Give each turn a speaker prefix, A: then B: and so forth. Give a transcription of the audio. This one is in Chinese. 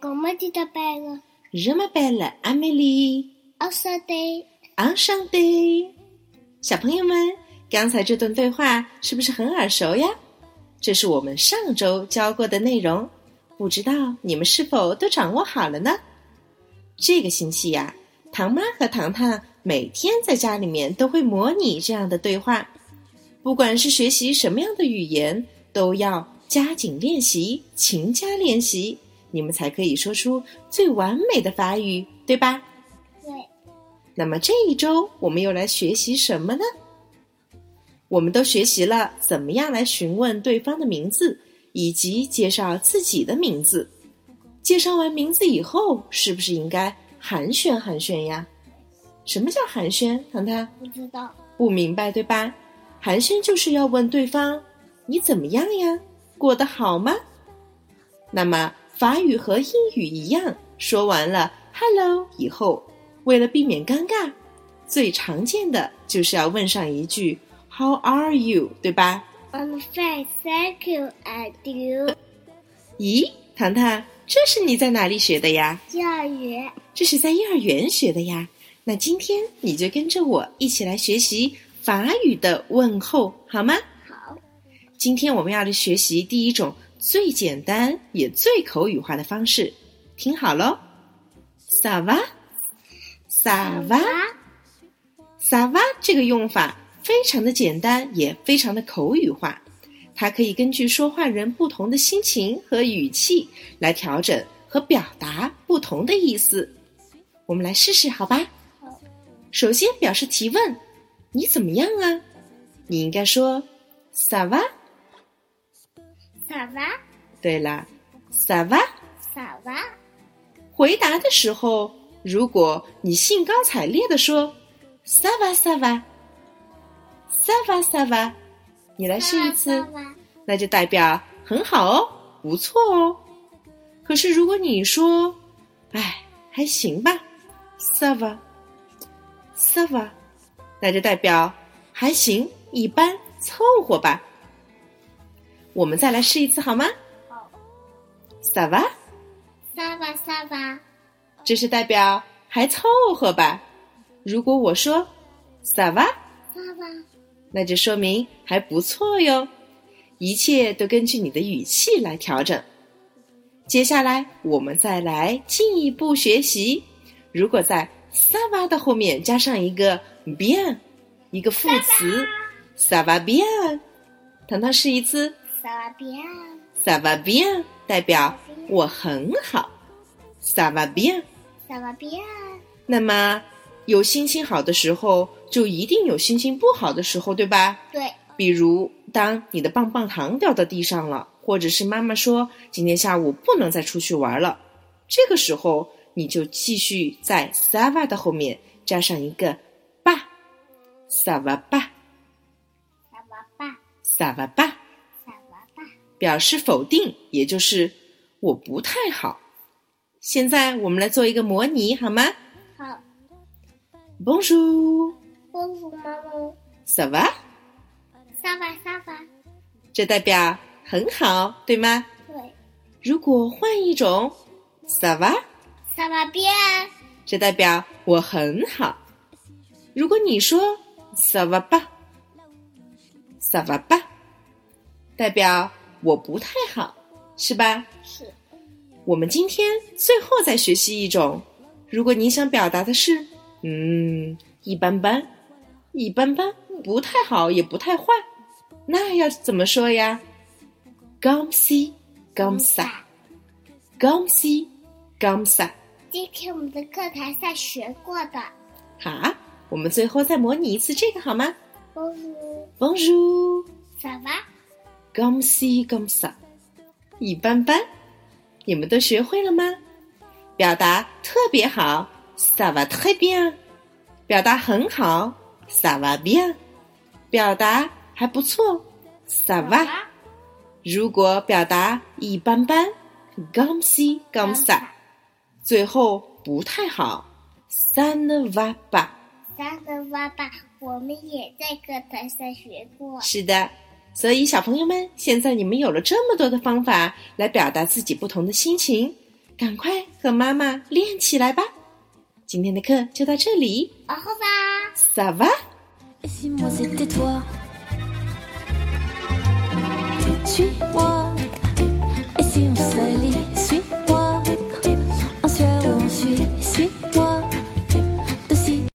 A: Comment tu t'appelles
B: Je m'appelle Amélie。
A: Enchanté.
B: 昂啊上的，小朋友们，刚才这段对话是不是很耳熟呀？这是我们上周教过的内容，不知道你们是否都掌握好了呢？这个星期呀、唐妈和糖糖每天在家里面都会模拟这样的对话，不管是学习什么样的语言，都要加紧练习，勤加练习，你们才可以说出最完美的法语，对吧？
A: 对，
B: 那么这一周我们又来学习什么呢？我们都学习了怎么样来询问对方的名字，以及介绍自己的名字。介绍完名字以后，是不是应该寒暄寒暄呀？什么叫寒暄？糖糖
A: 不知道。
B: 不明白对吧？寒暄就是要问对方你怎么样呀？过得好吗？那么法语和英语一样，说完了 “hello” 以后，为了避免尴尬，最常见的就是要问上一句 “How are you”，对吧？
A: I'm fine, thank you. And you?
B: 咦，糖糖，这是你在哪里学的呀？
A: 幼儿园
B: 这是在幼儿园学的呀。那今天你就跟着我一起来学习法语的问候，好吗？
A: 好，
B: 今天我们要来学习第一种最简单也最口语化的方式，听好喽萨瓦，萨瓦，萨瓦这个用法非常的简单，也非常的口语化。它可以根据说话人不同的心情和语气来调整和表达不同的意思。我们来试试，好吧？
A: 好
B: 首先表示提问，你怎么样啊？你应该说萨瓦。
A: ça va,
B: 对了，ça va。
A: ça va,
B: 回答的时候，如果你兴高采烈地说 “ça va ça va ça va ça va”，你来试一次
A: ça，va,
B: 那就代表很好哦，不错哦。可是如果你说“哎，还行吧 ”，ça va ça va，那就代表还行，一般，凑合吧。我们再来试一次好吗
A: 好
B: ？ça va。
A: ça va, ça va,
B: 这是代表还凑合吧。如果我说 “ça va”，
A: ça va,
B: 那就说明还不错哟。一切都根据你的语气来调整。接下来我们再来进一步学习。如果在 “ça va” 的后面加上一个 “bien”，一个副词 “ça va bien”，糖糖试一次
A: ça va bien,
B: “ça va bien”，代表我很好，“ça va bien”。
A: ça va bien,
B: 那么有心情好的时候，就一定有心情不好的时候，对吧？
A: 对，
B: 比如当你的棒棒糖掉到地上了，或者是妈妈说今天下午不能再出去玩了，这个时候你就继续在 sava 的后面加上一个吧，sava 吧
A: ça va pas,
B: sava 吧，
A: ça va pas,
B: 表示否定，也就是我不太好。现在我们来做一个模拟好吗
A: 好，
B: ？Bonjour，ça
A: 功夫妈妈
B: va？
A: ça va, ça va,
B: 这代表很好，对吗？
A: 对，
B: 如果换一种，ça va，
A: ça va bien,
B: 这代表我很好。如果你说 ça va 吧，ça va 吧，代表我不太好，是吧？
A: 是
B: 我们今天最后再学习一种，如果你想表达的是，嗯，一般般，一般般，不太好，也不太坏，那要怎么说呀？Comme si, comme ça, comme si, comme ça。
A: 今天我们的课堂上学过的
B: 好，我们最后再模拟一次这个好吗
A: 功夫
B: ？Bonjour,
A: ça va,
B: comme si, comme ça。一般般，你们都学会了吗？表达特别好，ça va très bien；表啊达很好，ça va bien；表达还不错，ça va。如果表达一般般，comme si comme ça；最后不太好，ça ne va pas。
A: 三个爸爸，我们也在课堂上学过。
B: 是的，所以小朋友们，现在你们有了这么多的方法来表达自己不同的心情，赶快和妈妈练起来吧！今天的课就到这里，
A: au revoir。
B: 萨瓦。
C: Et si moi c'était toi Suis-moi